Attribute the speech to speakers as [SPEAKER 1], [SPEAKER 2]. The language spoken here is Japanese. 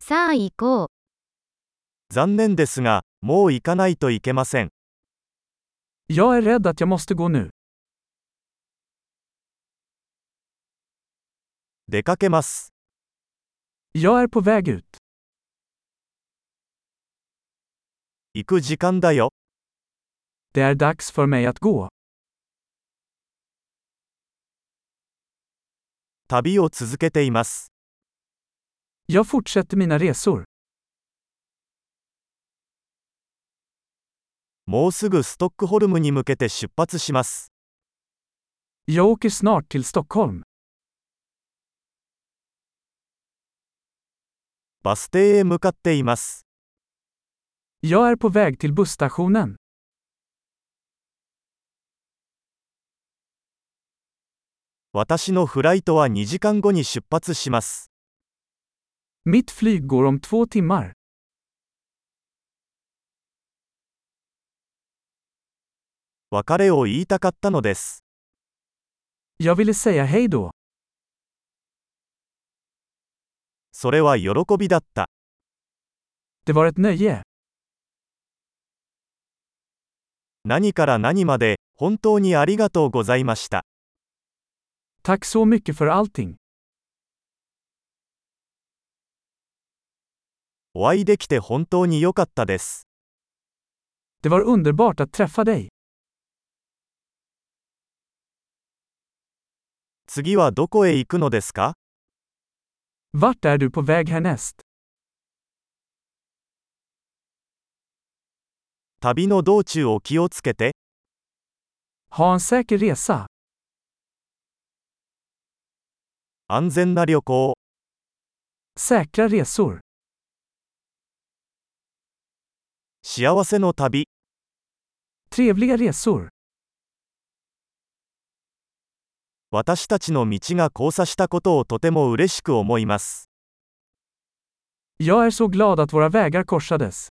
[SPEAKER 1] さあ行こう。
[SPEAKER 2] 残念ですが、もう行かないといけません。
[SPEAKER 3] Jag är rädd att jag måste gå nu.
[SPEAKER 2] 出かけます。
[SPEAKER 3] Jag är på väg ut.
[SPEAKER 2] 行く時間だよ。
[SPEAKER 3] Det är dags för mig att gå.
[SPEAKER 2] 旅を続けています。
[SPEAKER 3] Jag fortsätter mina resor.
[SPEAKER 2] もうすぐストックホルムに向けて出発します。
[SPEAKER 3] Jag åker snart till Stockholm.
[SPEAKER 2] バス停へ向かっています。
[SPEAKER 3] Jag är på väg till busstationen.
[SPEAKER 2] 私のフライトは2時間後に出発します。
[SPEAKER 3] Mitt flyg går om två timmar.
[SPEAKER 2] 別れを言いたかったのです。
[SPEAKER 3] Jag ville säga hej då.
[SPEAKER 2] それは喜びだった。
[SPEAKER 3] Det var ett nöje.
[SPEAKER 2] 何から何まで、本当にありがとうございました。
[SPEAKER 3] Tack så mycket för allting.
[SPEAKER 2] お会いできて本当に良かったです。
[SPEAKER 3] Det var underbart att träffa dig.
[SPEAKER 2] 次はどこへ行くのですか
[SPEAKER 3] Vart är du på väg härnäst?
[SPEAKER 2] 旅の道中を気をつけて、
[SPEAKER 3] Ha en säker resa.
[SPEAKER 2] 安全な旅行を。
[SPEAKER 3] Säkra resor.
[SPEAKER 2] 幸せの旅
[SPEAKER 3] Trevliga resor.
[SPEAKER 2] 私たちの道が交差したことをとても嬉しく思います
[SPEAKER 3] Jag är så glad att våra vägar korsades.